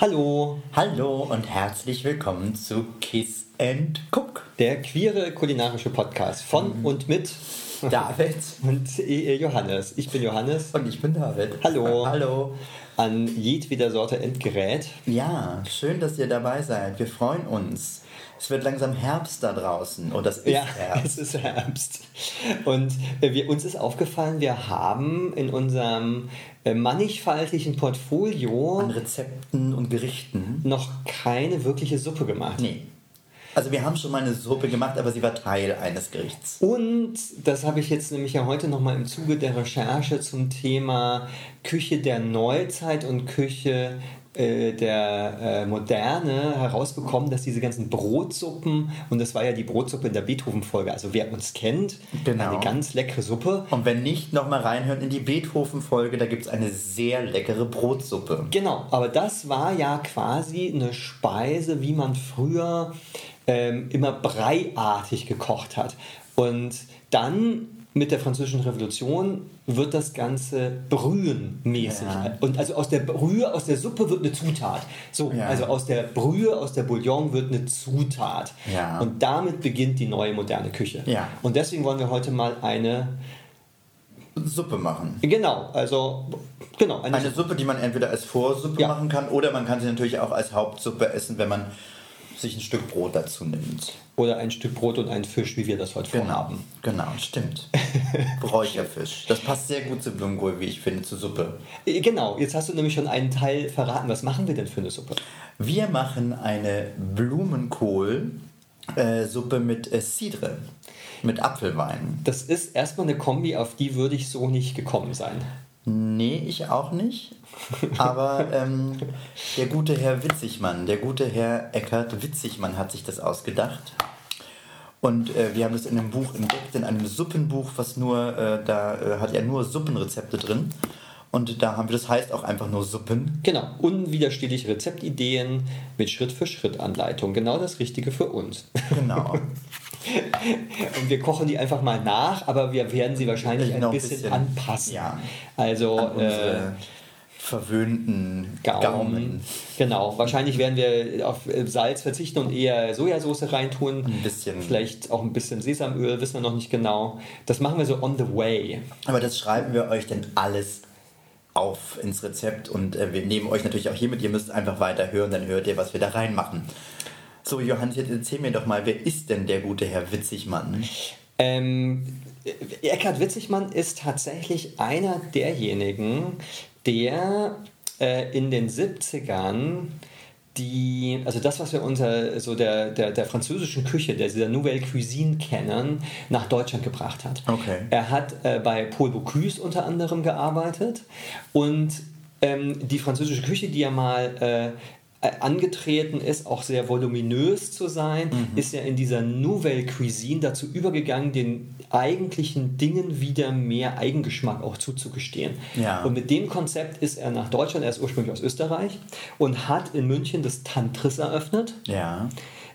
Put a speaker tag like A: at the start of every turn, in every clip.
A: Hallo,
B: Hallo und herzlich willkommen zu Kiss and Cook.
A: der queere kulinarische Podcast
B: Mhm.
A: von und mit
B: David
A: und äh, Johannes. Ich bin Johannes
B: und ich bin David.
A: Hallo.
B: Hallo.
A: an jedweder Sorte Endgerät.
B: Ja, schön, dass ihr dabei seid. Wir freuen uns. Es wird langsam Herbst da draußen. Und das ist
A: Ja,
B: Herbst.
A: es ist Herbst. Und äh, wir, uns ist aufgefallen, wir haben in unserem äh, mannigfaltigen Portfolio
B: An Rezepten und Gerichten.
A: noch keine wirkliche Suppe gemacht.
B: Nee. Also wir haben schon mal eine Suppe gemacht, aber sie war Teil eines Gerichts.
A: Und das habe ich jetzt nämlich ja heute nochmal im Zuge der Recherche zum Thema Küche der Neuzeit und Küche äh, der äh, Moderne herausbekommen, dass diese ganzen Brotsuppen, und das war ja die Brotsuppe in der Beethoven-Folge, also wer uns kennt,
B: Genau.
A: eine ganz leckere Suppe.
B: Und wenn nicht, nochmal reinhören in die Beethoven-Folge. Da gibt es eine sehr leckere Brotsuppe.
A: Genau, aber das war ja quasi eine Speise, wie man früher ähm, immer breiartig gekocht hat. Und dann mit der Französischen Revolution wird das Ganze brühenmäßig.
B: Ja.
A: Und also aus der Brühe, aus der Suppe wird eine Zutat. So,
B: Ja.
A: also aus der Brühe, aus der Bouillon wird eine Zutat.
B: Ja.
A: Und damit beginnt die neue moderne Küche.
B: Ja.
A: Und deswegen wollen wir heute mal eine,
B: Suppe machen.
A: genau, also, genau, eine,
B: Eine Suppe, die man entweder als Vorsuppe
A: Ja.
B: machen kann oder man kann sie natürlich auch als Hauptsuppe essen, wenn man sich ein Stück Brot dazu nimmt.
A: oder ein Stück Brot und einen Fisch, wie wir das heute vorhaben.
B: Genau, stimmt. Räucherfisch. Das passt sehr gut zu Blumenkohl, wie ich finde, zur Suppe.
A: Äh, Genau, jetzt hast du nämlich schon einen Teil verraten. Was machen wir denn für eine Suppe?
B: Wir machen eine Blumenkohl-Suppe mit äh, Cidre, mit Apfelwein.
A: Das ist erstmal eine Kombi, auf die würde ich so nicht gekommen sein.
B: Nee, ich auch nicht. Aber ähm, der gute Herr Witzigmann, der gute Herr Eckhard Witzigmann hat sich das ausgedacht. Und äh, wir haben das in einem Buch entdeckt, in einem Suppenbuch, was nur, äh, da äh, hat er nur Suppenrezepte drin. Und da haben wir, das heißt auch einfach nur Suppen.
A: Genau, unwiderstehliche Rezeptideen mit Schritt-für-Schritt-Anleitung. Genau das Richtige für uns.
B: Genau.
A: Und wir kochen die einfach mal nach, aber wir werden sie wahrscheinlich ein
B: Genau, ein
A: bisschen,
B: bisschen,
A: anpassen.
B: ja.
A: Also, äh,
B: Unsere verwöhnten
A: Gaumen.
B: Gaumen.
A: Genau, wahrscheinlich werden wir auf äh, Salz verzichten und eher Sojasauce reintun.
B: Ein bisschen.
A: Vielleicht auch ein bisschen Sesamöl, wissen wir noch nicht genau. Das machen wir so on the way.
B: Aber das schreiben wir euch dann alles auf ins Rezept und äh, wir nehmen euch natürlich auch hier mit. Ihr müsst einfach weiter hören, dann hört ihr, was wir da reinmachen. So, Johannes, jetzt erzähl mir doch mal, wer ist denn der gute Herr Witzigmann?
A: Ähm, Eckhard Witzigmann ist tatsächlich einer derjenigen, der äh, in den 70ern die, also das, was wir unter so der, der, der französischen Küche, der, dieser Nouvelle Cuisine kennen, nach Deutschland gebracht hat.
B: Okay.
A: Er hat äh, bei Paul Bocuse unter anderem gearbeitet und ähm, die französische Küche, die ja mal äh, äh, angetreten ist, auch sehr voluminös zu sein, ist ja in dieser Nouvelle Cuisine dazu übergegangen, den eigentlichen Dingen wieder mehr Eigengeschmack auch zuzugestehen.
B: Ja.
A: Und mit dem Konzept ist er nach Deutschland, er ist ursprünglich aus Österreich und hat in München das Tantris eröffnet.
B: Ja.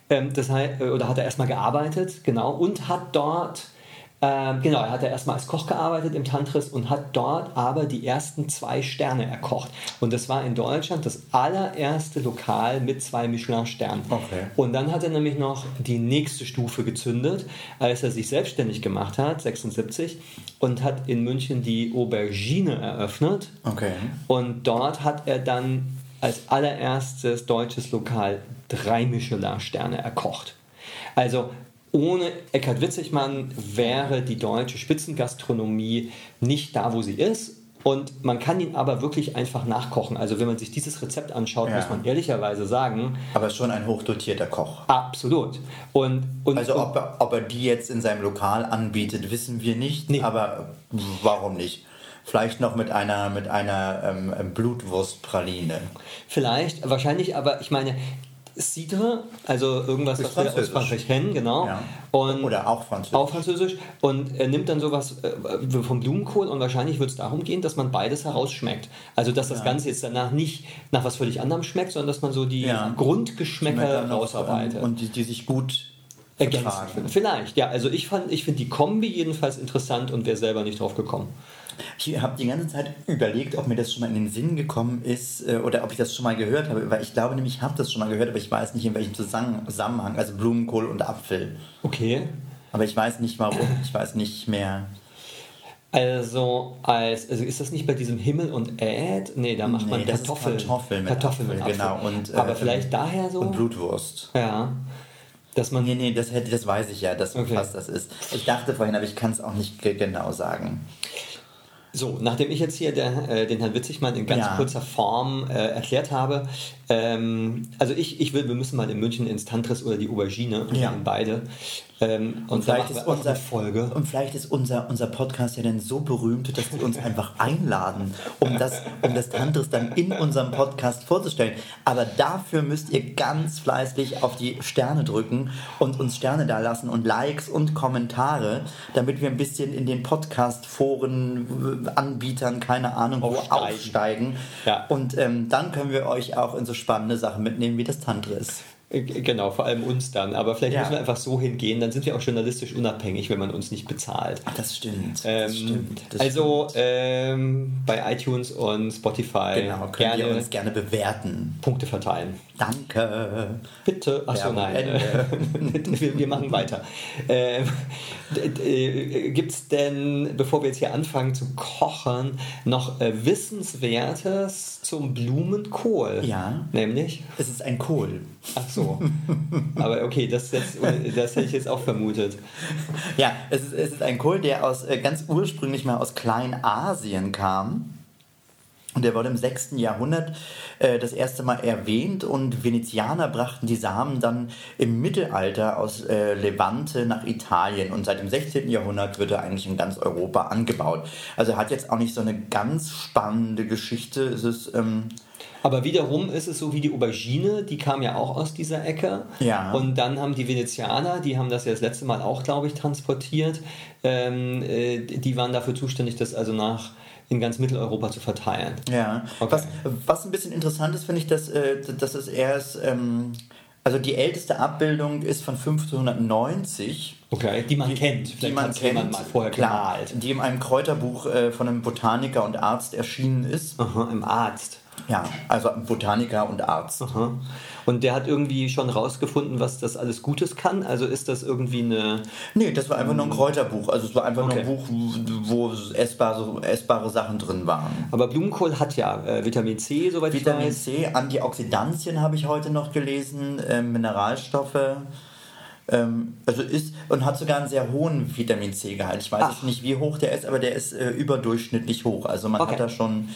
A: Ähm, das heißt, äh, oder hat er erstmal gearbeitet, genau, und hat dort, ähm, genau, er hat er erstmal als Koch gearbeitet im Tantris und hat dort aber die ersten zwei Sterne erkocht. Und das war in Deutschland das allererste Lokal mit zwei Michelin-Sternen.
B: Okay.
A: Und dann hat er nämlich noch die nächste Stufe gezündet, als er sich selbstständig gemacht hat, 76, und hat in München die Aubergine eröffnet.
B: Okay.
A: Und dort hat er dann als allererstes deutsches Lokal drei Michelin-Sterne erkocht. Also ohne Eckhard Witzigmann wäre die deutsche Spitzengastronomie nicht da, wo sie ist. Und man kann ihn aber wirklich einfach nachkochen. Also wenn man sich dieses Rezept anschaut,
B: Ja.
A: muss man ehrlicherweise sagen,
B: Aber schon ein hochdotierter Koch.
A: absolut. Und, und,
B: Also
A: und
B: ob er, ob er die jetzt in seinem Lokal anbietet, wissen wir nicht.
A: Nee.
B: Aber warum nicht? Vielleicht noch mit einer, mit einer ähm, Blutwurstpraline.
A: Äh, Vielleicht, wahrscheinlich, aber ich meine, Cidre, also irgendwas, was
B: Ist
A: wir aus
B: französisch.
A: Frankreich kennen, genau.
B: Ja.
A: Und
B: Oder auch französisch.
A: Auch französisch. Und er nimmt dann sowas äh, vom Blumenkohl und wahrscheinlich wird es darum gehen, dass man beides herausschmeckt. Also, dass das Ganze jetzt danach nicht nach was völlig anderem schmeckt, sondern dass man so die
B: Ja.
A: Grundgeschmäcker rausarbeitet. Äh,
B: Und die, die sich gut
A: Ergänzen.
B: vertragen.
A: Vielleicht, ja. Also, ich, fand- ich finde die Kombi jedenfalls interessant und wäre selber nicht drauf gekommen.
B: Ich habe die ganze Zeit überlegt, ob mir das schon mal in den Sinn gekommen ist äh, oder ob ich das schon mal gehört habe, weil ich glaube nämlich, ich habe das schon mal gehört, aber ich weiß nicht, in welchem Zusammen- Zusammenhang. Also Blumenkohl und Apfel.
A: Okay.
B: Aber ich weiß nicht warum. Ich weiß nicht mehr.
A: Also, als, also ist das nicht bei diesem Himmel und Äd? Nee, da macht man
B: Nee, das ist
A: Kartoffeln.
B: Kartoffeln mit
A: Kartoffeln mit
B: Apfel,
A: Apfel.
B: genau. Und,
A: Aber
B: äh,
A: vielleicht daher so?
B: Und Blutwurst.
A: Ja. Dass man.
B: Nee, nee, das, hätte, das weiß ich ja, dass,
A: Okay.
B: was das ist. Ich dachte vorhin, aber ich kann es auch nicht ge- genau sagen.
A: So, nachdem ich jetzt hier der, äh, den Herrn Witzigmann in ganz
B: Ja.
A: kurzer Form äh, erklärt habe, ähm, also ich, ich will, wir müssen mal in München ins Tantris oder die Aubergine, wir
B: Ja.
A: haben beide. Ähm, und da machen wir auch eine Folge.
B: und vielleicht ist unser, unser Podcast ja dann so berühmt, dass die uns einfach einladen, um das, um das Tantris dann in unserem Podcast vorzustellen. Aber dafür müsst ihr ganz fleißig auf die Sterne drücken und uns Sterne da lassen und Likes und Kommentare, damit wir ein bisschen in den Podcast-Foren, äh, Anbietern, keine Ahnung, wo
A: Aufsteigen.
B: aufsteigen.
A: Ja.
B: Und ähm, dann können wir euch auch in so spannende Sachen mitnehmen wie das Tantris.
A: Äh, g- Genau, vor allem uns dann. Aber vielleicht
B: Ja.
A: müssen wir einfach so hingehen, dann sind wir auch journalistisch unabhängig, wenn man uns nicht bezahlt.
B: Das stimmt. das
A: Ähm,
B: stimmt das
A: also ähm, bei iTunes und Spotify
B: Genau, könnt ihr
A: gerne
B: uns gerne bewerten.
A: Punkte verteilen.
B: Danke.
A: Bitte. Achso,
B: Werbung
A: nein.
B: Ende.
A: wir, wir machen weiter. Ähm, Gibt es denn, bevor wir jetzt hier anfangen zu kochen, noch äh, Wissenswertes zum Blumenkohl?
B: Ja.
A: Nämlich?
B: Es ist ein Kohl.
A: Ach so. Aber okay, das, ist jetzt, das hätte ich jetzt auch vermutet.
B: Ja, es ist, es ist ein Kohl, der aus, äh, ganz ursprünglich mal aus Kleinasien kam. Und der wurde im 6. Jahrhundert äh, das erste Mal erwähnt und Venezianer brachten die Samen dann im Mittelalter aus äh, Levante nach Italien. Und seit dem 16. Jahrhundert wird er eigentlich in ganz Europa angebaut. Also hat jetzt auch nicht so eine ganz spannende Geschichte. Es ist, ähm,
A: Aber wiederum ist es so wie die Aubergine, die kam ja auch aus dieser Ecke.
B: Ja.
A: Und dann haben die Venezianer, die haben das ja das letzte Mal auch, glaube ich, transportiert. Ähm, äh, die waren dafür zuständig, das also nach in ganz Mitteleuropa zu verteilen.
B: Ja,
A: Okay.
B: was, was ein bisschen interessant ist, finde ich, dass, äh, dass es erst, ähm, also die älteste Abbildung ist von 1590.
A: Okay. Die man kennt. Vielleicht
B: die man
A: hat's
B: kennt,
A: jemand mal vorher genau.
B: klar,
A: gemalt.
B: die in einem Kräuterbuch äh, von einem Botaniker und Arzt erschienen ist.
A: Aha, genau ne, Im Arzt.
B: Ja, also Botaniker und Arzt.
A: Aha. Und der hat irgendwie schon rausgefunden, was das alles Gutes kann. Also ist das irgendwie eine.
B: Nee, das war einfach nur ein Kräuterbuch. Also es war einfach
A: Mhm. Okay.
B: nur ein Buch, wo wo essbare, essbare Sachen drin waren.
A: Aber Blumenkohl hat ja äh, Vitamin C, soweit ich
B: Vitamin
A: weiß.
B: C, Antioxidantien habe ich heute noch gelesen, ähm, Mineralstoffe. Ähm, also ist und hat sogar einen sehr hohen Vitamin C-Gehalt. Ich weiß
A: Ach.
B: jetzt nicht, wie hoch der ist, aber der ist äh, überdurchschnittlich hoch. Also man
A: Okay.
B: hat da schon.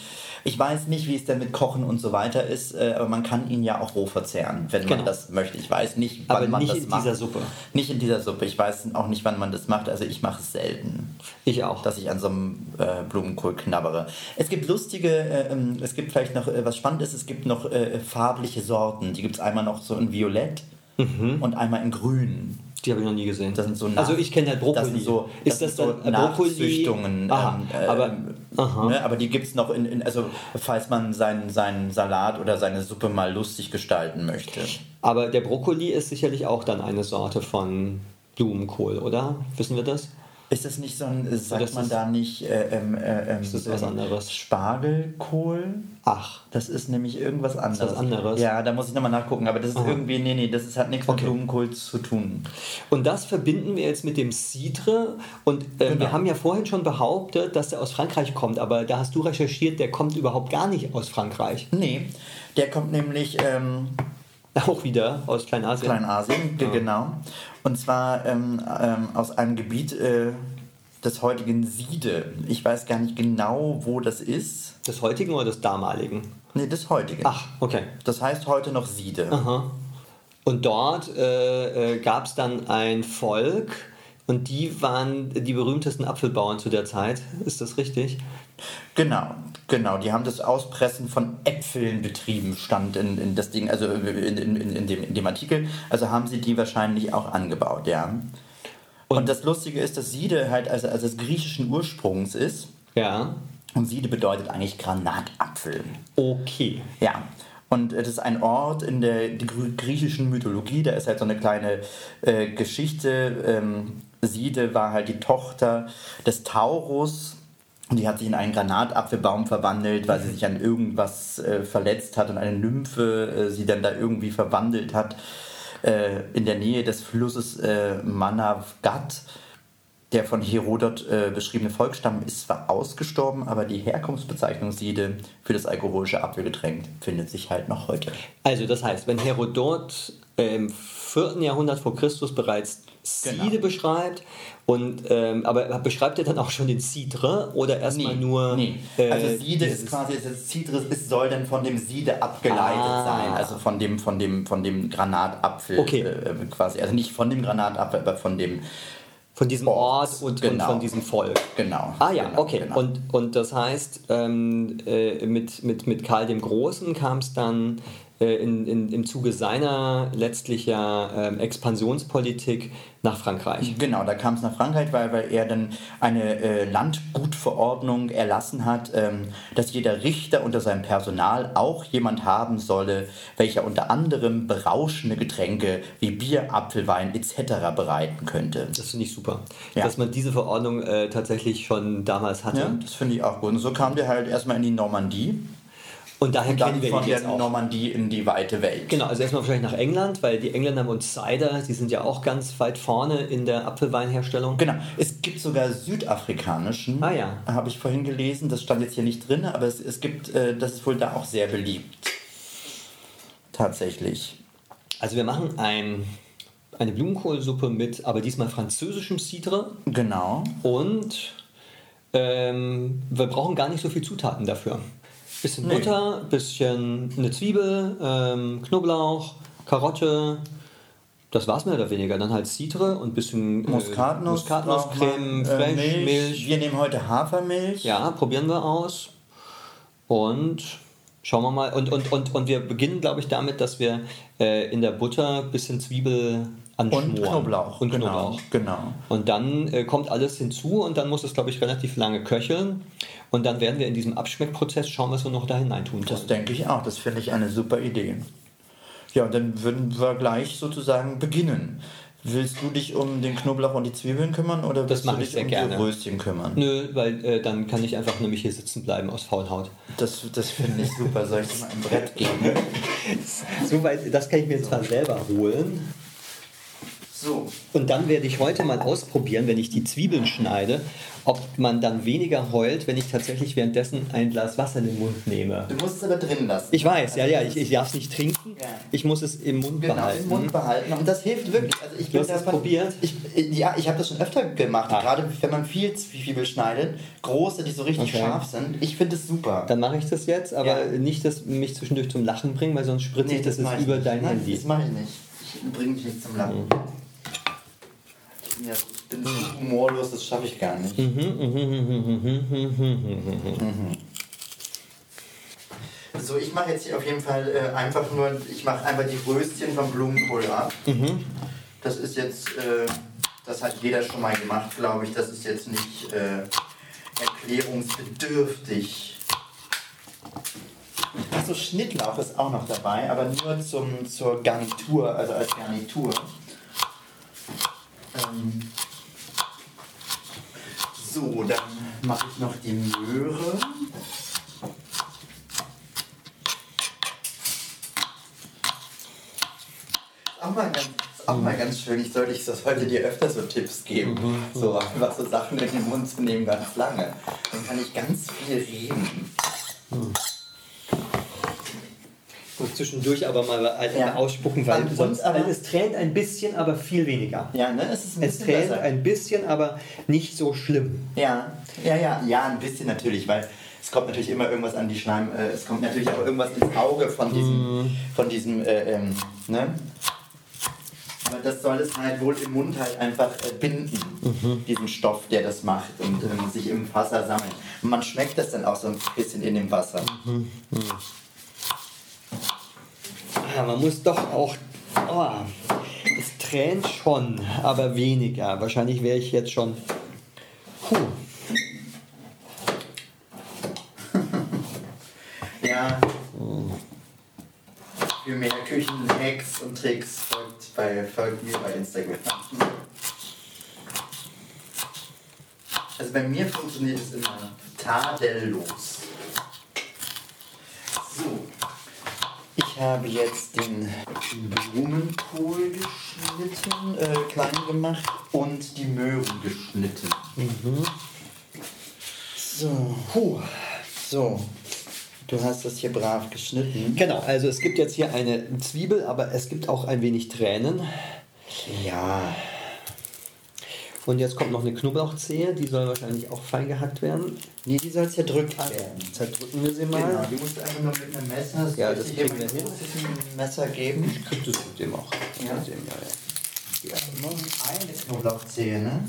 B: Ich weiß nicht, wie es denn mit Kochen und so weiter ist, äh, aber man kann ihn ja auch roh verzehren, wenn
A: Genau.
B: man das möchte. Ich weiß nicht, wann
A: Aber
B: man
A: nicht
B: das
A: in
B: macht.
A: dieser Suppe.
B: Nicht in dieser Suppe. Ich weiß auch nicht, wann man das macht. Also ich mache es selten
A: Ich auch.
B: dass ich an so einem äh, Blumenkohl knabbere. Es gibt lustige, äh, ähm, es gibt vielleicht noch äh, was Spannendes, es gibt noch äh, farbliche Sorten. Die gibt es einmal noch so in Violett und einmal in Grün.
A: Die habe ich noch nie gesehen.
B: Das sind so
A: Mhm. also
B: Nach-
A: ich kenne halt Brokkoli.
B: Das sind so,
A: ist das,
B: sind
A: dann äh,
B: so
A: Brokkoli?
B: Nachzüchtungen.
A: Aha,
B: ähm, äh,
A: aber
B: ähm,
A: aha.
B: Ne, aber die gibt es noch in, in, also falls man seinen, seinen Salat oder seine Suppe mal lustig gestalten möchte.
A: aber der Brokkoli ist sicherlich auch dann eine Sorte von Blumenkohl, oder? Wissen wir das?
B: Ist das nicht so ein, sagt
A: das
B: man
A: ist-
B: da nicht, äh, ähm, äh, ähm,
A: das was
B: ähm,
A: anderes?
B: Spargelkohl?
A: Ach,
B: Das ist nämlich irgendwas anderes.
A: was anderes?
B: Ja, da muss ich nochmal nachgucken, aber das ist irgendwie, nee, nee, das ist, hat nichts mit Blumenkohl zu tun.
A: und das verbinden wir jetzt mit dem Cidre. Und äh, wir
B: Genau.
A: haben ja vorhin schon behauptet, dass der aus Frankreich kommt, aber da hast du recherchiert, der kommt überhaupt gar nicht aus Frankreich.
B: Nee, der kommt nämlich ähm,
A: Auch wieder aus Kleinasien.
B: Kleinasien, ge- genau. Und zwar ähm, ähm, aus einem Gebiet äh, des heutigen Siede. Ich weiß gar nicht genau, wo das ist.
A: Des heutigen oder des damaligen?
B: Nee, des heutigen.
A: Ach, okay.
B: Das heißt heute noch Siede.
A: Aha. Und dort äh, äh, gab es dann ein Volk und die waren die berühmtesten Apfelbauern zu der Zeit. Ist das richtig?
B: Genau, genau. Die haben das Auspressen von Äpfeln betrieben, stand in, in das Ding, also in, in, in, in, dem, in dem Artikel. Also haben sie die wahrscheinlich auch angebaut, ja. Und, das Lustige ist, dass Siede halt also, also des griechischen Ursprungs ist.
A: Ja.
B: Und Siede bedeutet eigentlich Granatapfel.
A: Okay.
B: Ja. Und äh, das ist ein Ort in der grü- griechischen Mythologie, da ist halt so eine kleine äh, Geschichte. Ähm, Siede war halt die Tochter des Taurus Die hat sich in einen Granatapfelbaum verwandelt, weil sie sich an irgendwas äh, verletzt hat und eine Nymphe äh, sie dann da irgendwie verwandelt hat. Äh, in der Nähe des Flusses äh, Manavgat, der von Herodot äh, beschriebene Volksstamm, ist zwar ausgestorben, aber die Herkunftsbezeichnung Siede für das alkoholische Apfelgetränk findet sich halt noch heute.
A: Also das heißt, wenn Herodot äh, im 4. Jahrhundert vor Christus bereits Side
B: Genau.
A: beschreibt, und, ähm, aber beschreibt er dann auch schon den Cidre oder erstmal nur...
B: nee.
A: äh,
B: also Siede ist
A: dieses-
B: quasi, das Citrus ist, soll dann von dem Siede abgeleitet
A: Ah.
B: sein. Also von dem, von dem, von dem Granatapfel
A: Okay.
B: äh, quasi. Also nicht von dem Granatapfel, aber von dem,
A: Von diesem
B: Ort,
A: Ort und, und
B: genau.
A: von diesem Volk.
B: genau.
A: Ah ja,
B: genau,
A: okay.
B: genau.
A: Und, und das heißt, ähm, äh, mit, mit, mit Karl dem Großen kam es dann äh, in, in, im Zuge seiner letztlich ja ähm, Expansionspolitik nach Frankreich.
B: Genau, da kam es nach Frankreich, weil, weil er dann eine äh, Landgutverordnung erlassen hat, ähm, dass jeder Richter unter seinem Personal auch jemand haben solle, welcher unter anderem berauschende Getränke wie Bier, Apfelwein etc. bereiten könnte.
A: Das finde ich super,
B: Ja.
A: dass man diese Verordnung äh, tatsächlich schon damals hatte.
B: Ja, das finde ich auch gut. Und so kam der halt erstmal in die Normandie,
A: Und daher kennen
B: dann
A: wir
B: von
A: ihn
B: der
A: jetzt auch.
B: Normandie in die weite Welt.
A: Genau, also erstmal vielleicht nach England, weil die Engländer und Cider, die sind ja auch ganz weit vorne in der Apfelweinherstellung.
B: Genau. Es gibt sogar südafrikanischen,
A: Ah, ja.
B: habe ich vorhin gelesen, das stand jetzt hier nicht drin, aber es, es gibt, äh, das ist wohl da auch sehr beliebt. Tatsächlich.
A: Also wir machen ein, eine Blumenkohlsuppe mit, aber diesmal französischem Cidre
B: Genau.
A: und ähm, wir brauchen gar nicht so viel Zutaten dafür. Bisschen
B: Nee.
A: Butter, bisschen eine Zwiebel, ähm, Knoblauch, Karotte. Das war's mehr oder weniger. Dann halt Cidre und bisschen äh,
B: Muskatnuss, braucht man,
A: Muskatnusscreme,
B: äh,
A: Fresh, Milch.
B: Wir nehmen heute Hafermilch.
A: Ja, probieren wir aus. Und schauen wir mal. Und, und, und, und wir beginnen, glaube ich, damit, dass wir äh, in der Butter ein bisschen Zwiebel anschmoren.
B: Und Knoblauch.
A: Und
B: genau,
A: Knoblauch.
B: Genau.
A: Und dann äh, kommt alles hinzu und dann muss es, glaube ich, relativ lange köcheln. Und dann werden wir in diesem Abschmeckprozess schauen, was wir noch da hineintun
B: Das
A: wollen.
B: denke ich auch. Das finde ich eine super Idee. Ja, und dann würden wir gleich sozusagen beginnen. Willst du dich um den Knoblauch und die Zwiebeln kümmern oder willst du
A: mache ich
B: dich
A: sehr
B: um die
A: gerne.
B: Röschen kümmern?
A: Nö, weil äh, dann kann ich einfach nämlich hier sitzen bleiben aus Faulhaut.
B: Das, das finde ich super. Soll ich dir mal ein Brett geben?
A: Soweit, das kann ich mir jetzt zwar selber holen.
B: So.
A: Und dann werde ich heute mal ausprobieren, wenn ich die Zwiebeln schneide, ob man dann weniger heult, wenn ich tatsächlich währenddessen ein Glas Wasser in den Mund nehme.
B: Du musst es aber drin lassen.
A: Ich weiß, ja, ja, ich, ich darf es nicht trinken.
B: Ja.
A: Ich muss es im Mund
B: genau,
A: behalten.
B: im Mund behalten. Und das hilft wirklich. Also ich
A: Du
B: bin
A: hast es
B: davon-
A: probiert?
B: Ich, äh, ja, ich habe das schon öfter gemacht.
A: Ah.
B: Gerade wenn man viel Zwiebel schneidet. Große, die so richtig
A: Okay.
B: scharf sind. Ich finde es super.
A: Dann mache ich das jetzt, aber
B: Ja.
A: nicht, dass mich zwischendurch zum Lachen bringen, weil sonst spritze ich das,
B: mach
A: jetzt
B: ich
A: über
B: nicht.
A: dein
B: Nein,
A: Handy. Mhm.
B: Das mache ich nicht. Ich bringe dich nicht zum Lachen. Ich bin ja- Ich bin so humorlos, das schaffe ich gar nicht.
A: mhm,
B: Mhm. So, ich mache jetzt hier auf jeden Fall äh, einfach nur, ich mache einfach die Röschen vom Blumenkohl ab.
A: Mhm.
B: Das ist jetzt, äh, das hat jeder schon mal gemacht, glaube ich. Das ist jetzt nicht äh, erklärungsbedürftig. Achso, Schnittlauch ist auch noch dabei, aber nur zum, zur Garnitur, also als Garnitur. Ähm, so, dann mache ich noch die Möhre. Auch mal ganz, auch mal ganz schön, ich sollte, ich sollte dir öfter so Tipps geben,
A: Mhm.
B: so einfach so Sachen in den Mund zu nehmen, ganz lange. Dann kann ich ganz viel reden.
A: Ich muss zwischendurch aber mal ein-
B: Ja.
A: ausspucken, weil
B: Und
A: sonst
B: aber-
A: es tränt ein bisschen, aber viel weniger.
B: Ja, ne? Es ist ein
A: Es
B: bisschen
A: tränt
B: besser.
A: ein bisschen, aber nicht so schlimm.
B: Ja, ja, ja, ja, ein bisschen natürlich, weil es kommt natürlich immer irgendwas an die Schleim, äh, es kommt natürlich auch irgendwas ins Auge von diesem, von diesem, äh, ähm, ne? Aber das soll es halt wohl im Mund halt einfach äh, binden, diesen Stoff, der das macht und ähm, sich im Wasser sammelt. Und man schmeckt das dann auch so ein bisschen in dem Wasser.
A: Ah, man muss doch auch. Oh, es tränt schon, aber weniger. Wahrscheinlich wäre ich jetzt schon. Puh.
B: Ja. Für mehr Küchenhacks und Tricks folgt, bei, folgt mir bei Instagram. Also Also bei mir funktioniert es immer tadellos. So. Ich habe jetzt den Blumenkohl geschnitten, äh, klein gemacht und die Möhren geschnitten. So. Puh. So. Du hast das hier brav geschnitten.
A: Genau, also es gibt jetzt hier eine Zwiebel, aber es gibt auch ein wenig Tränen.
B: Ja.
A: Und jetzt kommt noch eine Knoblauchzehe, die soll wahrscheinlich auch fein gehackt werden.
B: Nee, die soll zerdrückt werden.
A: Zerdrücken wir sie mal.
B: Genau, die musst du einfach nur mit einem Messer. Das
A: Ja,
B: wird
A: das
B: dir jemand
A: kriegen wir hin.
B: großes Messer geben.
A: Kriegst du es mit dem auch.
B: Ja?
A: Mit dem, ja, ja.
B: Ja, nur eine Knoblauchzehe, ne?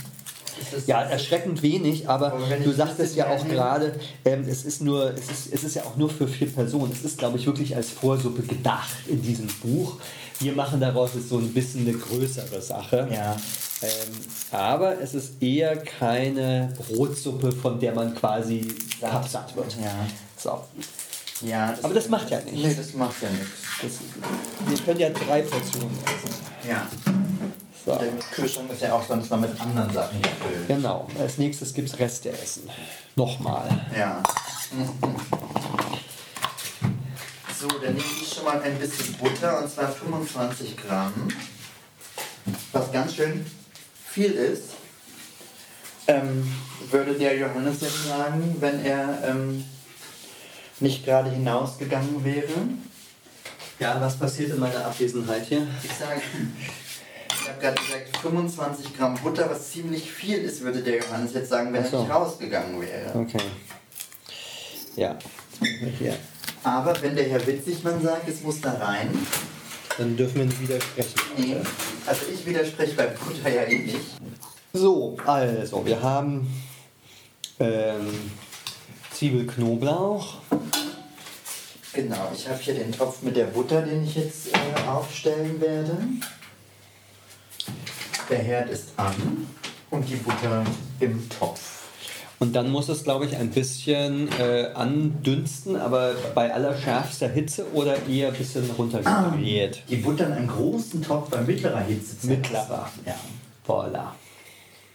B: Ist das-
A: ja, erschreckend wenig, aber
B: Aber wenn
A: du
B: ich
A: sagst es
B: wüsste,
A: ja auch
B: wie-
A: gerade, ähm, es, ist nur, es, ist, es ist ja auch nur für vier Personen. Es ist, glaube ich, wirklich als Vorsuppe gedacht in diesem Buch. Wir machen daraus jetzt so ein bisschen eine größere Sache.
B: Ja.
A: Ähm, aber es ist eher keine Brotsuppe, von der man quasi satt wird.
B: Ja.
A: So.
B: ja das
A: Aber das macht ja nichts.
B: Nee, das macht ja nichts.
A: Das, wir können ja drei Portionen essen.
B: Ja.
A: So.
B: Der Kühlschrank ist ja auch sonst mal mit anderen Sachen gefüllt.
A: Genau. Als nächstes gibt es Reste essen. Nochmal.
B: Ja. So, dann nehme ich schon mal ein bisschen Butter und zwar 25 Gramm. Was ganz schön viel ist. Ähm, würde der Johannes jetzt sagen, wenn er ähm, nicht gerade hinausgegangen wäre.
A: Ja, was passiert in meiner Abwesenheit hier?
B: Ich sage, ich habe gerade gesagt, 25 Gramm Butter, was ziemlich viel ist, würde der Johannes jetzt sagen, wenn
A: Ach so.
B: er nicht rausgegangen wäre.
A: Okay. Ja. Hier.
B: Aber wenn der Herr Witzigmann sagt, es muss da rein,
A: Dann dürfen wir nicht widersprechen.
B: nee. also ich widerspreche bei Butter ja eh nicht.
A: So, also, wir haben ähm, Zwiebelknoblauch.
B: Genau, ich habe hier den Topf mit der Butter, den ich jetzt äh, aufstellen werde. Der Herd ist an und die Butter im Topf.
A: Und dann muss es, glaube ich, ein bisschen äh, andünsten, aber bei allerschärfster Hitze oder eher ein bisschen runtergedreht.
B: Die Butter in einem großen Topf bei mittlerer Hitze zerfassen.
A: Mittlerer.
B: Ja.
A: Voila.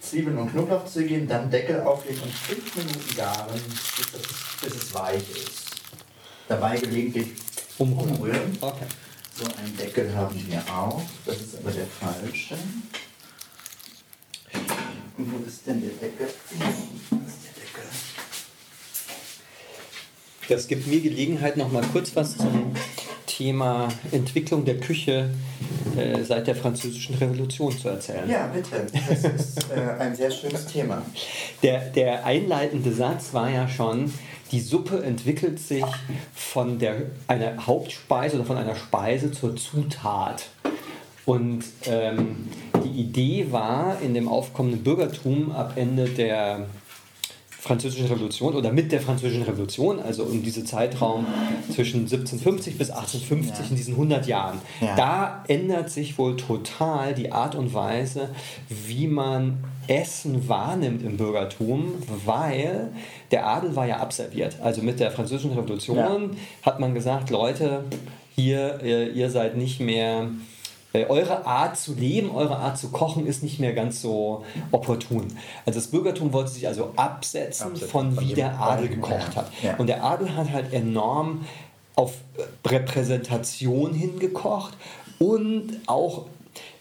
B: Zwiebeln und Knoblauch zugeben, dann Deckel auflegen und 5 Minuten garen, bis es, bis es weich ist. Dabei gelegentlich
A: Umrühren.
B: umrühren.
A: Okay.
B: So einen Deckel haben wir auch. Das ist aber der falsche. Und wo ist denn der Deckel? Wo ist der Deckel?
A: Das gibt mir Gelegenheit, noch mal kurz was zum Thema Entwicklung der Küche äh, seit der Französischen Revolution zu erzählen.
B: Ja, bitte. Das ist äh, ein sehr schönes Thema.
A: Der, der einleitende Satz war ja schon, die Suppe entwickelt sich von der, einer Hauptspeise oder von einer Speise zur Zutat. Und ähm, die Idee war in dem aufkommenden Bürgertum ab Ende der Französischen Revolution oder mit der Französischen Revolution, also um diesen Zeitraum zwischen 1750 bis 1850
B: Ja.
A: in diesen 100 Jahren.
B: Ja.
A: Da ändert sich wohl total die Art und Weise, wie man Essen wahrnimmt im Bürgertum, weil der Adel war ja abserviert. Also mit der Französischen Revolution hat man gesagt, Leute, hier, äh, ihr seid nicht mehr, äh, eure Art zu leben, eure Art zu kochen ist nicht mehr ganz so opportun. Also das Bürgertum wollte sich also absetzen
B: Absetzen
A: von,
B: von
A: wie
B: dem
A: der Adel
B: Adel,
A: gekocht
B: ja.
A: hat.
B: Ja.
A: Und der Adel hat halt enorm auf äh, Repräsentation hingekocht und auch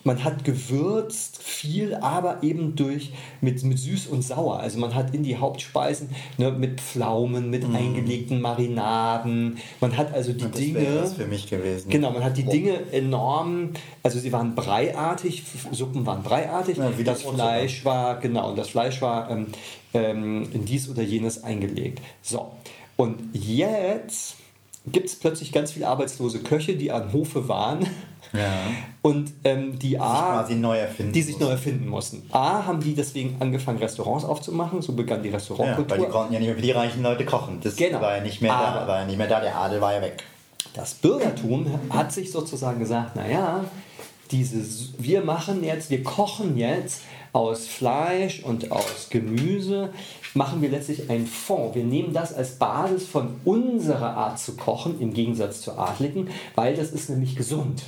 A: man hat gewürzt viel, aber eben durch mit, mit süß und sauer. Also man hat in die Hauptspeisen ne, mit Pflaumen, mit eingelegten Marinaden. Man hat also die
B: Mhm. Das
A: Dinge.
B: wäre was für mich gewesen.
A: Genau, man
B: Oh.
A: hat die Dinge enorm, also sie waren breiartig, F- Suppen waren breiartig,
B: Ja, wie
A: das
B: die Brotsuppe.
A: Fleisch war, genau, und das Fleisch war ähm, ähm, in dies oder jenes eingelegt. So, und jetzt gibt es plötzlich ganz viele arbeitslose Köche, die an Hofe waren
B: Ja.
A: und ähm, die A,
B: Quasi neu erfinden.
A: die sich neu
B: mussten.
A: erfinden mussten. A, haben die deswegen angefangen, Restaurants aufzumachen, so begann die
B: Ja,
A: Restaurantkultur.
B: weil die konnten ja nicht mehr für die reichen Leute kochen. Das
A: Genau.
B: war ja nicht mehr
A: Aber-
B: da, war ja nicht mehr da. Der Adel war ja weg.
A: Das Bürgertum hat sich sozusagen gesagt, naja, dieses, wir machen jetzt, wir kochen jetzt aus Fleisch und aus Gemüse, machen wir letztlich einen Fond. Wir nehmen das als Basis von unserer Art zu kochen, im Gegensatz zur Adligen, weil das ist nämlich gesund.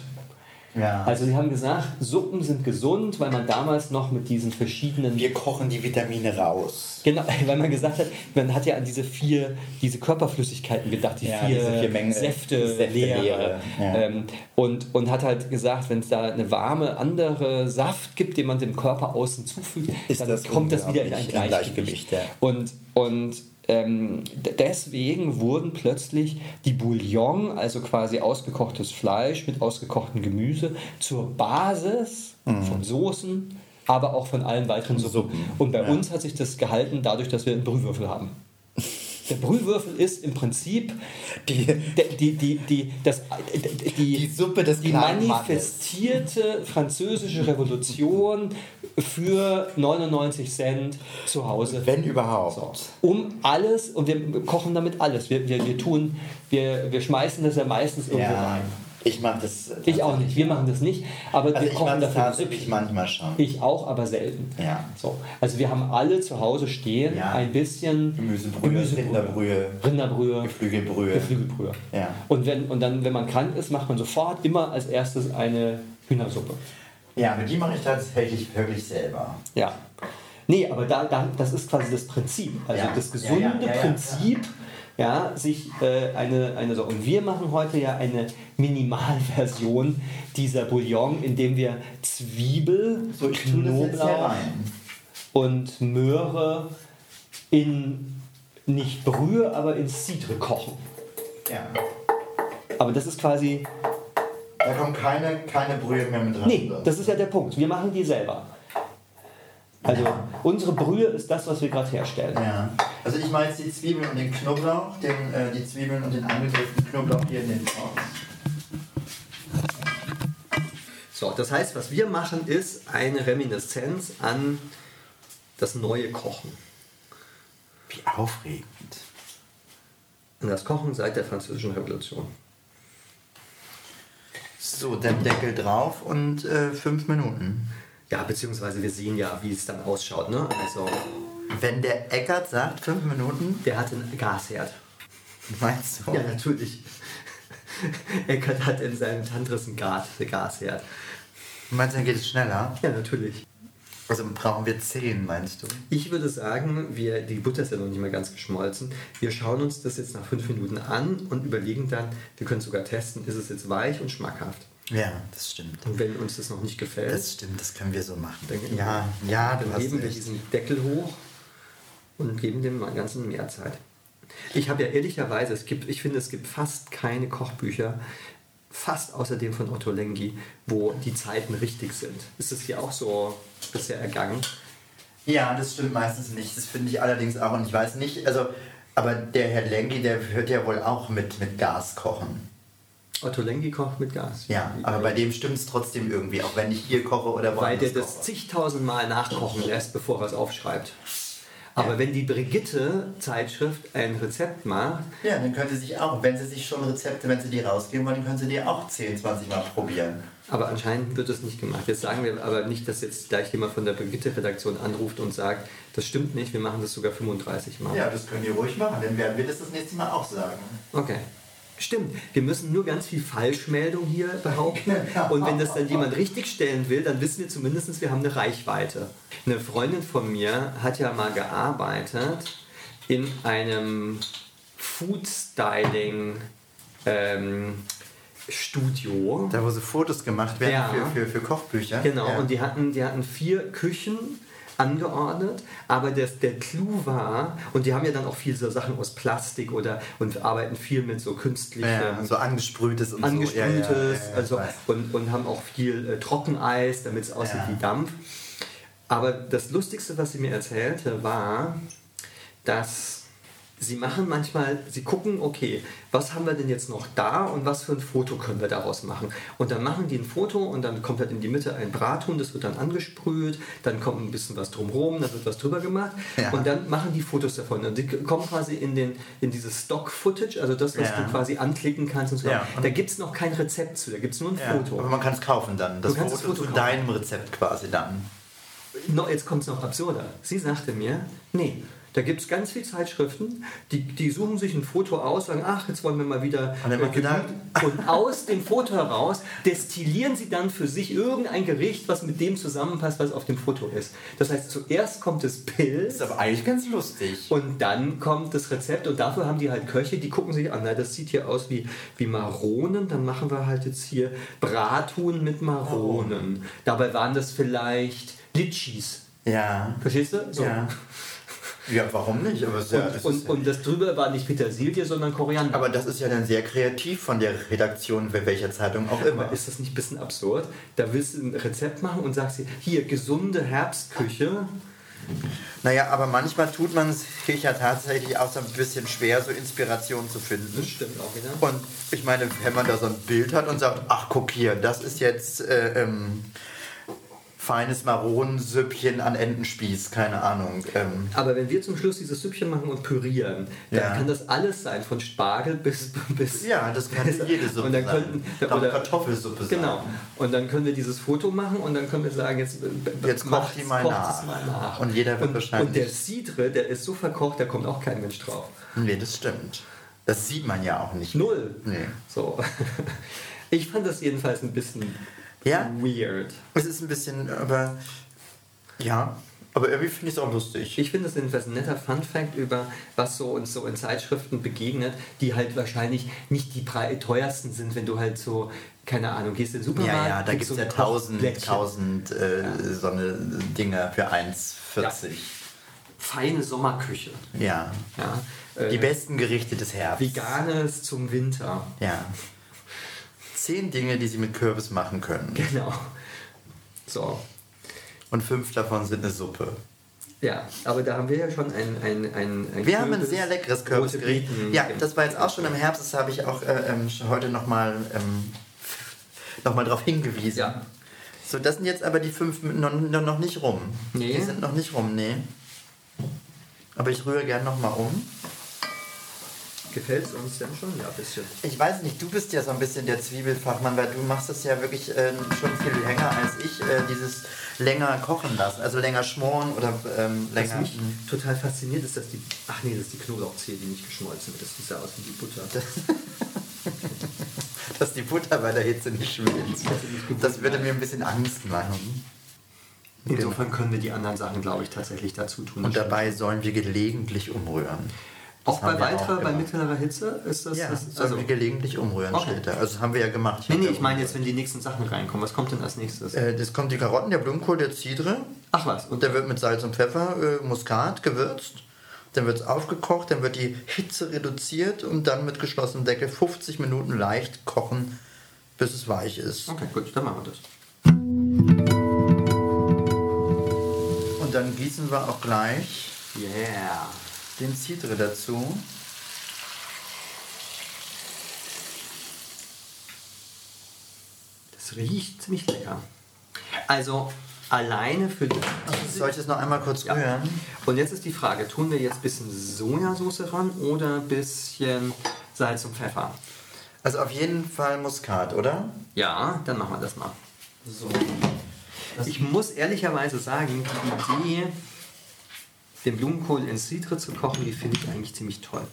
B: Ja.
A: Also sie haben gesagt, Suppen sind gesund, weil man damals noch mit diesen verschiedenen
B: Wir kochen die Vitamine raus.
A: Genau, weil man gesagt hat, man hat ja an diese vier, diese Körperflüssigkeiten gedacht, die
B: Ja,
A: vier,
B: diese vier Mengen-
A: Säfte,
B: Säfte,
A: Leere.
B: Leere, ja.
A: Ähm, und, und hat halt gesagt, wenn es da eine warme, andere Saft gibt, den man dem Körper außen zufügt,
B: Ist
A: dann
B: das
A: kommt das wieder in ein
B: unglaublich, in ein
A: Gleichgewicht.
B: Gleichgewicht, ja.
A: Und, und ähm, d- deswegen wurden plötzlich die Bouillon, also quasi ausgekochtes Fleisch mit ausgekochtem Gemüse, zur Basis von Soßen, aber auch von allen weiteren Suppen.
B: Mhm. Suppen,
A: Und bei
B: ja.
A: uns hat sich das gehalten dadurch, dass wir einen Brühwürfel haben. Der Brühwürfel ist im Prinzip
B: Die,
A: der- die, die, die, das, die,
B: die Suppe des
A: die
B: kleinen Mannes.
A: manifestierte französische Revolution für 99 Cent zu Hause
B: Wenn überhaupt.
A: um alles und wir kochen damit alles. Wir, wir, wir tun, wir, wir schmeißen das ja meistens irgendwo
B: Ja,
A: rein.
B: ich mag das.
A: Ich auch nicht, wir machen das nicht, aber
B: Also
A: wir
B: ich mag
A: kochen
B: das
A: dafür.
B: tatsächlich manchmal schon.
A: Ich auch, aber selten.
B: Ja.
A: So. Also wir haben alle zu Hause stehen
B: Ja.
A: ein bisschen
B: Gemüsebrühe, Rinderbrühe,
A: Rinderbrühe,
B: Geflügelbrühe.
A: Geflügelbrühe.
B: Ja.
A: Und, wenn, und dann, wenn man krank ist, macht man sofort immer als erstes eine Hühnersuppe.
B: Ja, aber die mache ich tatsächlich wirklich selber.
A: Ja. Nee, aber da, da, das ist quasi das Prinzip. Also
B: Ja.
A: das
B: Ja,
A: gesunde
B: ja, ja, ja,
A: Prinzip, ja, sich äh, eine, eine so. Und wir machen heute ja eine Minimalversion dieser Bouillon, indem wir Zwiebel,
B: So, ich tue das jetzt hier rein.
A: und Möhre in nicht Brühe, aber in Cidre kochen.
B: Ja.
A: Aber das ist quasi.
B: Da kommt keine, keine Brühe mehr mit rein.
A: Nee, das ist ja der Punkt. Wir machen die selber. Also unsere Brühe ist das, was wir gerade herstellen.
B: Ja. Also ich mache jetzt die Zwiebeln und den Knoblauch, den, äh, die Zwiebeln und den angegriffenen Knoblauch hier in den Topf.
A: So, das heißt, was wir machen, ist eine Reminiszenz an das neue Kochen.
B: Wie aufregend.
A: An das Kochen seit der Französischen Revolution.
B: So, dann Deckel drauf und äh, fünf Minuten.
A: Ja, beziehungsweise wir sehen ja, wie es dann ausschaut. Ne? Also,
B: Wenn der Eckert sagt, fünf Minuten,
A: der hat einen Gasherd.
B: meinst du?
A: Ja, natürlich. Eckert hat in seinem Tantris einen Gas- Gasherd.
B: Meinst du, dann geht es schneller?
A: Ja, natürlich.
B: Also brauchen wir zehn, meinst du?
A: Ich würde sagen, wir, die Butter ist ja noch nicht mal ganz geschmolzen. Wir schauen uns das jetzt nach fünf Minuten an und überlegen dann, wir können sogar testen, ist es jetzt weich und schmackhaft.
B: Ja, das stimmt.
A: Und wenn uns das noch nicht gefällt,
B: Das stimmt, das können wir so machen.
A: Dann-
B: Ja, ja, du
A: Dann
B: hast
A: heben wir
B: recht.
A: diesen Deckel hoch und geben dem mal ganzen mehr Zeit. Ich habe ja ehrlicherweise, es gibt, ich finde, es gibt fast keine Kochbücher, fast außer dem von Otto Lengi, wo die Zeiten richtig sind. Ist das hier auch so bisher ergangen?
B: Ja, das stimmt meistens nicht. Das finde ich allerdings auch. Und ich weiß nicht, also, aber der Herr Lengi, der hört ja wohl auch mit, mit Gas kochen.
A: Otto Lengi kocht mit Gas.
B: Ja, aber bei dem stimmt es trotzdem irgendwie, auch wenn ich hier koche oder
A: Weil der
B: woanders
A: das
B: koche.
A: zigtausendmal nachkochen lässt, bevor er es aufschreibt. Aber
B: Ja.
A: wenn die Brigitte-Zeitschrift ein Rezept macht,
B: Ja, dann können Sie sich auch, wenn Sie sich schon Rezepte, wenn Sie die rausgeben wollen, dann können Sie die auch 10, 20 Mal probieren.
A: Aber anscheinend wird das nicht gemacht. Jetzt sagen wir aber nicht, dass jetzt gleich jemand von der Brigitte-Redaktion anruft und sagt, das stimmt nicht, wir machen das sogar 35 Mal.
B: Ja, das können wir ruhig machen, dann werden wir das das nächste Mal auch sagen.
A: Okay. Stimmt, wir müssen nur ganz viel Falschmeldung hier behaupten. Und wenn das dann jemand richtigstellen will, dann wissen wir zumindest, wir haben eine Reichweite. Eine Freundin von mir hat ja mal gearbeitet in einem ähm, Food-Styling-Studio.
B: Da, wo so Fotos gemacht werden
A: Ja.
B: für, für, für Kochbücher.
A: Genau,
B: ja.
A: und die hatten, die hatten vier Küchen angeordnet, aber das, der Clou war, und die haben ja dann auch viel so Sachen aus Plastik oder und arbeiten viel mit so künstlichen
B: ja, so angesprühtes und
A: angesprühtes,
B: so. Ja, ja, ja, ja, ich
A: also,
B: weiß.
A: und, und haben auch viel äh, Trockeneis, damit es aussieht
B: Ja.
A: wie Dampf. Aber das Lustigste, was sie mir erzählte, war, dass sie machen manchmal, sie gucken, okay, was haben wir denn jetzt noch da und was für ein Foto können wir daraus machen? Und dann machen die ein Foto und dann kommt halt in die Mitte ein Brathuhn, das wird dann angesprüht, dann kommt ein bisschen was drumherum, dann wird was drüber gemacht
B: Ja.
A: und dann machen die Fotos davon. Und die kommen quasi in, den, in dieses Stock-Footage, also das, was
B: Ja.
A: du quasi anklicken kannst und so.
B: Ja, und-
A: Da gibt es noch kein Rezept zu, da gibt es nur ein
B: Ja, aber
A: Foto.
B: man kann es kaufen dann. Das
A: kannst
B: Foto,
A: das Foto
B: zu
A: kaufen.
B: deinem Rezept quasi dann.
A: No, jetzt kommt es noch absurder. Sie sagte mir, nee, Da gibt es ganz viele Zeitschriften, die, die suchen sich ein Foto aus, sagen, ach, jetzt wollen wir mal wieder
B: Hat er
A: äh,
B: mal
A: Gemüt. Und aus dem Foto heraus destillieren sie dann für sich irgendein Gericht, was mit dem zusammenpasst, was auf dem Foto ist. Das heißt, zuerst kommt das Pilz
B: Ist aber eigentlich ganz lustig.
A: und dann kommt das Rezept und dafür haben die halt Köche, die gucken sich an, na, das sieht hier aus wie, wie Maronen, dann machen wir halt jetzt hier Brathuhn mit Maronen. Dabei waren das vielleicht Litschis.
B: Ja.
A: Verstehst du? So.
B: Ja. Ja, warum nicht? Aber, es ist ja, das
A: Und,
B: ist,
A: und das drüber war nicht Petersilie, sondern Koriander.
B: aber das ist ja dann sehr kreativ von der Redaktion, wel- welcher Zeitung auch immer.
A: Ist das nicht ein bisschen absurd? Da willst du ein Rezept machen und sagst dir, hier, gesunde Herbstküche.
B: Naja, aber manchmal tut man es sich ja tatsächlich auch so ein bisschen schwer, so Inspiration zu finden.
A: stimmt auch wieder.
B: Und ich meine, wenn man da so ein Bild hat und sagt, ach guck hier, das ist jetzt äh, ähm, feines Maronensüppchen an Entenspieß, keine Ahnung. Ähm,
A: Aber wenn wir zum Schluss dieses Süppchen machen und pürieren, dann
B: Ja.
A: kann das alles sein, von Spargel bis... bis
B: ja, das kann jede Suppe
A: und dann
B: sein.
A: könnten,
B: Kann auch Kartoffelsuppe
A: Genau.
B: sein.
A: Und dann können wir dieses Foto machen und dann können wir sagen, jetzt, äh, b- b-
B: Jetzt kocht
A: macht's-
B: die mal
A: kocht's
B: nach. Und jeder wird
A: und,
B: wahrscheinlich-
A: Und der Cidre, der ist so verkocht, da kommt auch kein Mensch drauf.
B: Nee, das stimmt. Das sieht man ja auch nicht.
A: Null.
B: Nee.
A: So. Ich fand das jedenfalls ein bisschen
B: Ja?
A: weird.
B: Es ist ein bisschen, aber ja, aber irgendwie finde ich es auch lustig.
A: Ich finde das jedenfalls ein netter Fun Fact über, was so uns so in Zeitschriften begegnet, die halt wahrscheinlich nicht die prei- teuersten sind, wenn du halt so, keine Ahnung, gehst in den Supermarkt.
B: Ja, ja, da gibt
A: kriegst
B: es
A: so
B: ja
A: ein
B: tausend,
A: Kochblättchen.
B: tausend äh, so eine Dinger für 1,40.
A: Feine Sommerküche.
B: Ja.
A: Ja, äh,
B: Die besten Gerichte des Herbsts.
A: Veganes zum Winter.
B: Ja. Zehn Dinge, die sie mit Kürbis machen können.
A: Genau. So.
B: Und fünf davon sind eine Suppe.
A: Ja, aber da haben wir ja schon ein. ein, ein, ein
B: Wir haben ein
A: Kürbis-
B: sehr leckeres
A: rote
B: Kürbisgericht.
A: Beeten-
B: Ja, das war jetzt auch schon im Herbst, das habe ich auch äh, ähm, sch- heute nochmal ähm, noch mal darauf hingewiesen.
A: Ja.
B: So, das sind jetzt aber die fünf mit- noch, noch noch nicht rum.
A: Nee.
B: Die sind noch nicht rum, nee. Aber ich rühre gern nochmal um.
A: Gefällt es uns denn schon? Ja, ein bisschen.
B: Ich weiß nicht, du bist ja so ein bisschen der Zwiebelfachmann, weil du machst das ja wirklich äh, schon viel länger als ich, äh, dieses länger kochen lassen, also länger schmoren oder ähm,
A: Was
B: länger.
A: mich total fasziniert ist, dass die. Ach nee, das ist die Knoblauchzehe, die nicht geschmolzen wird. Das sieht ja aus wie die Butter.
B: dass die Butter bei der Hitze nicht schmilzt. Das würde mir ein bisschen Angst machen.
A: Insofern können wir die anderen Sachen, glaube ich, tatsächlich dazu tun.
B: Und dabei sollen wir gelegentlich umrühren.
A: auch bei
B: haben wir auch
A: weiterer, bei
B: gemacht.
A: mittlerer Hitze ist das.
B: Ja, also
A: das Also-
B: sollen wir gelegentlich umrühren,
A: Okay.
B: steht da. Also das haben wir ja gemacht.
A: nee,
B: hab
A: nee,
B: ja
A: ich meine jetzt,
B: umgerührt.
A: wenn die nächsten Sachen reinkommen. Was kommt denn als nächstes?
B: Äh, das kommt die Karotten, der Blumenkohl, der Zidre.
A: Ach was.
B: Und der wird mit Salz und Pfeffer, äh, Muskat gewürzt. Dann wird es aufgekocht, dann wird die Hitze reduziert und dann mit geschlossenem Deckel 50 Minuten leicht kochen, bis es weich ist.
A: Okay, gut, dann machen wir das.
B: Und dann gießen wir auch gleich
A: Yeah.
B: den Zidre dazu.
A: Das riecht ziemlich lecker. Also alleine für die.
B: Soll ich das noch einmal kurz
A: Ja.
B: rühren?
A: Und jetzt ist die Frage, tun wir jetzt ein bisschen Sojasauce ran oder ein bisschen Salz und Pfeffer?
B: Also auf jeden Fall Muskat, oder?
A: Ja, dann machen wir das mal.
B: So.
A: Ich muss ehrlicherweise sagen, die Idee, den Blumenkohl in Citre zu kochen, die finde ich eigentlich ziemlich toll.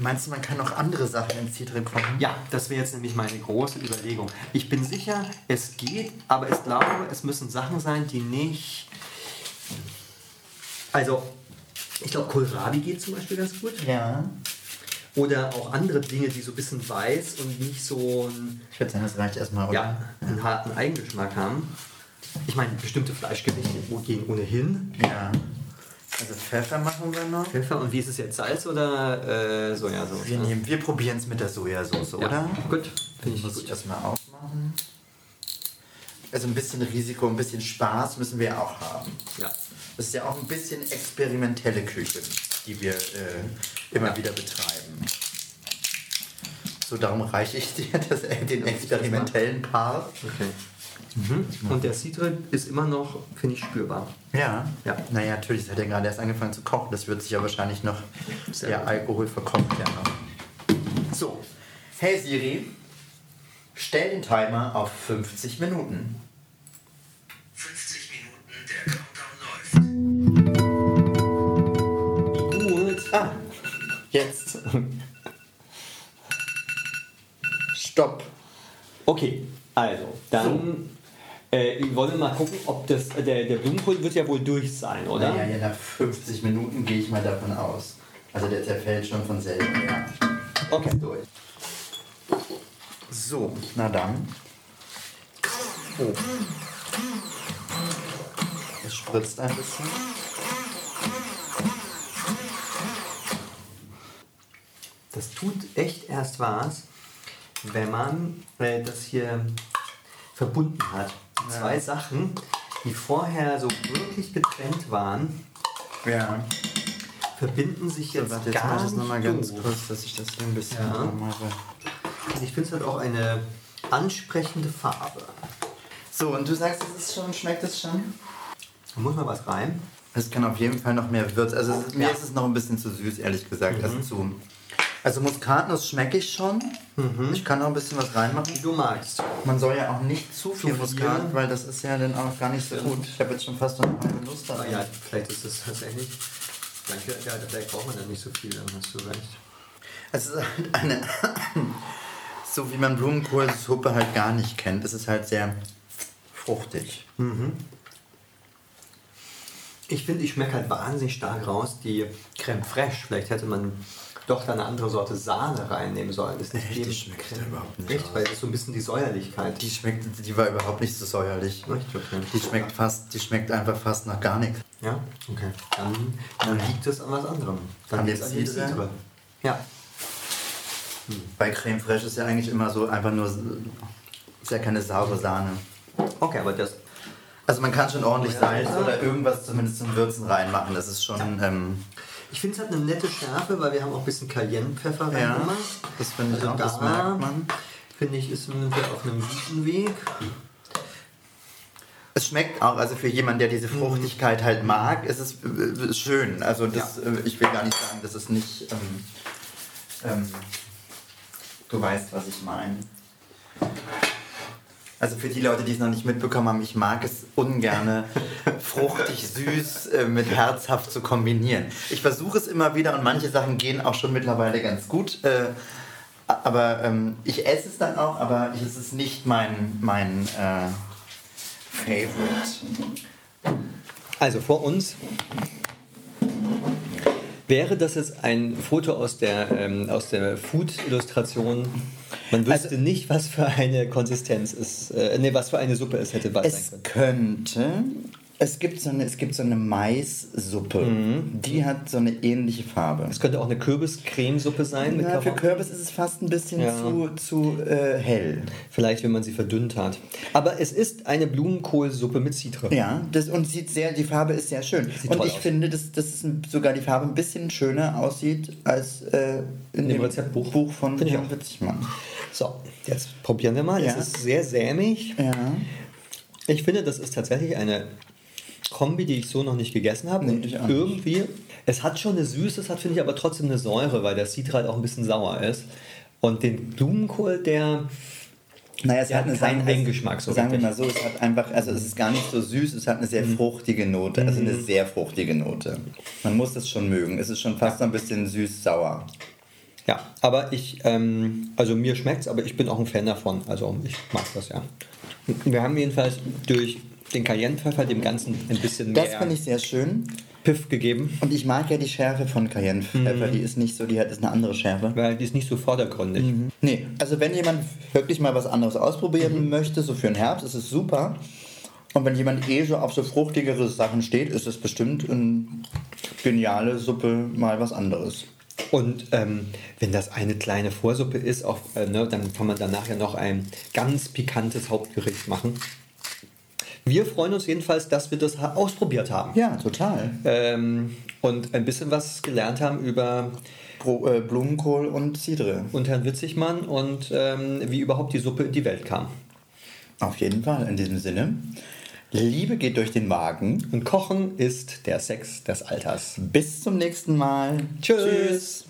B: Meinst du, man kann noch andere Sachen in Zidre kochen?
A: Ja, das wäre jetzt nämlich meine große Überlegung. Ich bin sicher, es geht, aber ich glaube, es müssen Sachen sein, die nicht. Also, ich glaube, Kohlrabi geht zum Beispiel ganz gut.
B: Ja.
A: Oder auch andere Dinge, die so ein bisschen weiß und nicht so einen,
B: Ich würde sagen, das reicht erstmal, oder?
A: ja, einen harten Eigengeschmack haben. Ich meine, bestimmte Fleischgerichte gehen ohnehin.
B: Ja. Also Pfeffer machen wir noch.
A: Pfeffer und wie ist es jetzt? Salz oder äh, Sojasauce?
B: Wir, nehmen- wir probieren es mit der Sojasauce,
A: ja.
B: oder?
A: Gut,
B: Dann
A: finde ich
B: muss
A: gut.
B: ich das mal aufmachen. Also ein bisschen Risiko, ein bisschen Spaß müssen wir auch haben.
A: Ja.
B: Das ist ja auch ein bisschen experimentelle Küche, die wir äh, immer
A: Ja.
B: wieder betreiben. So, darum reiche ich dir das, äh, den experimentellen Part.
A: Okay. Mhm. Und der Citre ist immer noch, finde ich, spürbar.
B: Ja.
A: Ja.
B: Naja, natürlich, es hat er gerade erst angefangen zu kochen. Das wird sich ja wahrscheinlich noch.
A: Sehr
B: der
A: gut.
B: Alkohol verkommt ja noch. So. Hey Siri, stell den Timer auf 50 Minuten.
C: 50 Minuten, der Countdown läuft.
B: Ah,
A: Scheiße.
B: Stopp.
A: Okay, also, dann äh, ich wollte mal gucken, ob das. äh, Der, der Blumenkohl wird ja wohl durch sein, oder?
B: Naja, ja, nach 50 Minuten gehe ich mal davon aus. Also der zerfällt schon von selber. Ja.
A: Okay.
B: Durch. So, na dann. Oh. Es spritzt ein bisschen.
A: Das tut echt erst was, wenn man äh, das hier verbunden hat. Zwei Sachen, die vorher so wirklich getrennt waren,
B: Ja.
A: verbinden sich jetzt
B: Warte, jetzt
A: gar
B: mach ich das
A: nicht
B: nochmal ganz
A: so.
B: kurz, dass ich das hier ein bisschen
A: Ja.
B: dran mache.
A: Also ich finde es halt auch eine ansprechende Farbe.
B: So, und du sagst, es ist schon, schmeckt es schon?
A: Da muss mal was rein.
B: Es kann auf jeden Fall noch mehr Würz. Also es, ist- mir
A: Ja.
B: ist es noch ein bisschen zu süß, ehrlich gesagt. Also, zu, also Muskatnuss schmecke ich schon. Ich kann noch ein bisschen was
A: Wie
B: reinmachen.
A: du magst.
B: Mhm. Man soll ja auch nicht zu viel
A: viel.
B: Muskat, weil das ist ja dann auch gar nicht so gut. Ich habe jetzt schon fast noch eine halbe Nuss da.
A: Ah ja, vielleicht ist es tatsächlich. Danke, ja, vielleicht braucht man dann nicht so viel, dann hast du recht.
B: Es ist halt eine, so wie man Blumenkohlsuppe halt gar nicht kennt. Es ist halt sehr fruchtig.
A: Ich finde, ich schmecke halt wahnsinnig stark raus die Creme Fraiche. Vielleicht hätte man doch da eine andere Sorte Sahne reinnehmen sollen. Das ist nicht
B: Echt,
A: jedem
B: die schmeckt
A: Creme-
B: da überhaupt nicht
A: Echt,
B: raus.
A: weil das ist so ein bisschen die Säuerlichkeit.
B: Die schmeckt, die war überhaupt nicht so säuerlich.
A: Echt, okay.
B: Die schmeckt fast, die schmeckt einfach fast nach gar nichts.
A: Ja, okay. Dann, dann liegt es an was anderem. Dann
B: An
A: liegt es
B: dem
A: an die
B: Citre?
A: Citre. Ja.
B: Bei Creme Fraiche ist ja eigentlich immer so einfach nur, ist ja keine saure Sahne.
A: Okay, aber das.
B: Also man kann schon ordentlich
A: Ja.
B: Salz oder irgendwas zumindest zum Würzen reinmachen. Das ist schon, ähm,
A: Ich finde es hat eine nette Schärfe, weil wir haben auch ein bisschen Cayennepfeffer
B: Ja,
A: reingemacht.
B: das finde ich auch, also das
A: da,
B: merkt man.
A: Finde ich, ist sind wir auf einem guten Weg.
B: es schmeckt auch, also für jemanden, der diese Fruchtigkeit halt mag, ist es äh, schön. Also das, äh, ich will gar nicht sagen, das ist nicht, ähm, ähm, du weißt, was ich meine. Also für die Leute, die es noch nicht mitbekommen haben, ich mag es ungerne, fruchtig, süß äh, mit herzhaft zu kombinieren. Ich versuche es immer wieder und manche Sachen gehen auch schon mittlerweile ganz gut. Äh, aber ähm, ich esse es dann auch, aber es ist nicht mein, mein äh, Favorite.
A: Also vor uns wäre das jetzt ein Foto aus der, ähm, aus der Food-Illustration. Man
B: Also
A: wüsste nicht, was für eine Konsistenz es, äh, nee, was für eine Suppe es hätte was sein
B: Es
A: können.
B: könnte. Es gibt so eine, es gibt so eine Maissuppe. Die hat so eine ähnliche Farbe.
A: Mhm. Es könnte auch eine Kürbis-Cremesuppe sein mit
B: Na, für
A: Karotten.
B: Kürbis ist es fast ein bisschen
A: Ja.
B: zu, zu äh, hell.
A: Vielleicht, wenn man sie verdünnt hat. Aber es ist eine Blumenkohlsuppe mit Zitre.
B: Ja, das, und sieht sehr, die Farbe ist sehr schön.
A: Sieht
B: und
A: toll
B: ich
A: aus.
B: finde, dass, dass es ein- sogar die Farbe ein bisschen schöner aussieht als äh, in,
A: dem Rezeptbuch.
B: Buch von
A: Finde ich
B: Jan
A: auch.
B: Witzigmann.
A: So, jetzt probieren wir mal.
B: Ja.
A: Es ist sehr sämig.
B: Ja.
A: Ich finde, das ist tatsächlich eine Kombi, die ich so noch nicht gegessen habe.
B: Nee,
A: und
B: ich auch nicht.
A: irgendwie, es hat schon eine Süße, es hat, finde ich, aber trotzdem eine Säure, weil der Citra halt auch ein bisschen sauer ist. Und den Blumenkohl, der.
B: Naja, es
A: Ja,
B: hat eine
A: keinen
B: Sache-
A: Eigengeschmack so
B: Sagen wir
A: richtig. Mhm.
B: mal so, es hat einfach, also es ist gar nicht so süß, es hat eine sehr fruchtige Note, also eine sehr fruchtige Note. Man muss das schon mögen. Es ist schon fast so ein bisschen süß-sauer.
A: Ja, aber ich, ähm, also mir schmeckt's, aber ich bin auch ein Fan davon. Also ich mag das ja. Wir haben jedenfalls durch den Cayennepfeffer dem Ganzen ein bisschen
B: Das
A: mehr
B: finde ich sehr schön.
A: Piff gegeben,
B: Und ich mag ja die Schärfe von
A: Mhm.
B: Cayennepfeffer, die ist nicht so, die hat ist eine andere Schärfe.
A: weil die ist nicht so vordergründig.
B: Nee, also wenn jemand wirklich mal was anderes ausprobieren
A: Mhm.
B: möchte, so für den Herbst, ist es super. Und wenn jemand eh so auf so fruchtigere Sachen steht, ist es bestimmt eine geniale Suppe, mal was anderes.
A: Und ähm, wenn das eine kleine Vorsuppe ist, auch, äh, ne, dann kann man danach ja noch ein ganz pikantes Hauptgericht machen. Wir freuen uns jedenfalls, dass wir das ha- ausprobiert haben
B: Ja, total.
A: ähm, und ein bisschen was gelernt haben über
B: Pro, äh, Blumenkohl und Cidre.
A: und Herrn Witzigmann und ähm, wie überhaupt die Suppe in die Welt kam.
B: Auf jeden Fall, in diesem Sinne. Liebe geht durch den Wagen.
A: Und Kochen ist der Sex des Alters.
B: Bis zum nächsten Mal.
A: Tschüss.